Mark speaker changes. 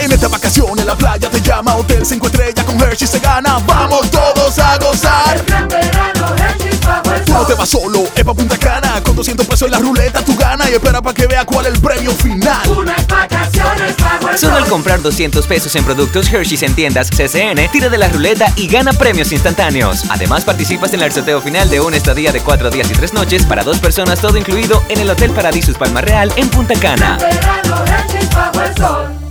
Speaker 1: En esta vacación en la playa te llama Hotel 5 estrellas con Hershey se gana. Vamos todos a gozar.
Speaker 2: gran verano, Hershey bajo el
Speaker 1: Tú no te
Speaker 2: sol.
Speaker 1: vas solo, es pa' Punta Cana. Con 200 pesos en la ruleta tú ganas y espera para que veas cuál es el premio final.
Speaker 2: Unas vacaciones bajo el
Speaker 3: Solo al
Speaker 2: sol.
Speaker 3: comprar 200 pesos en productos Hershey's en tiendas CCN, tira de la ruleta y gana premios instantáneos. Además, participas en el sorteo final de una estadía de 4 días y 3 noches para dos personas, todo incluido en el Hotel Paradisus Palma Real en Punta Cana.
Speaker 2: Verano, Hershey bajo el sol.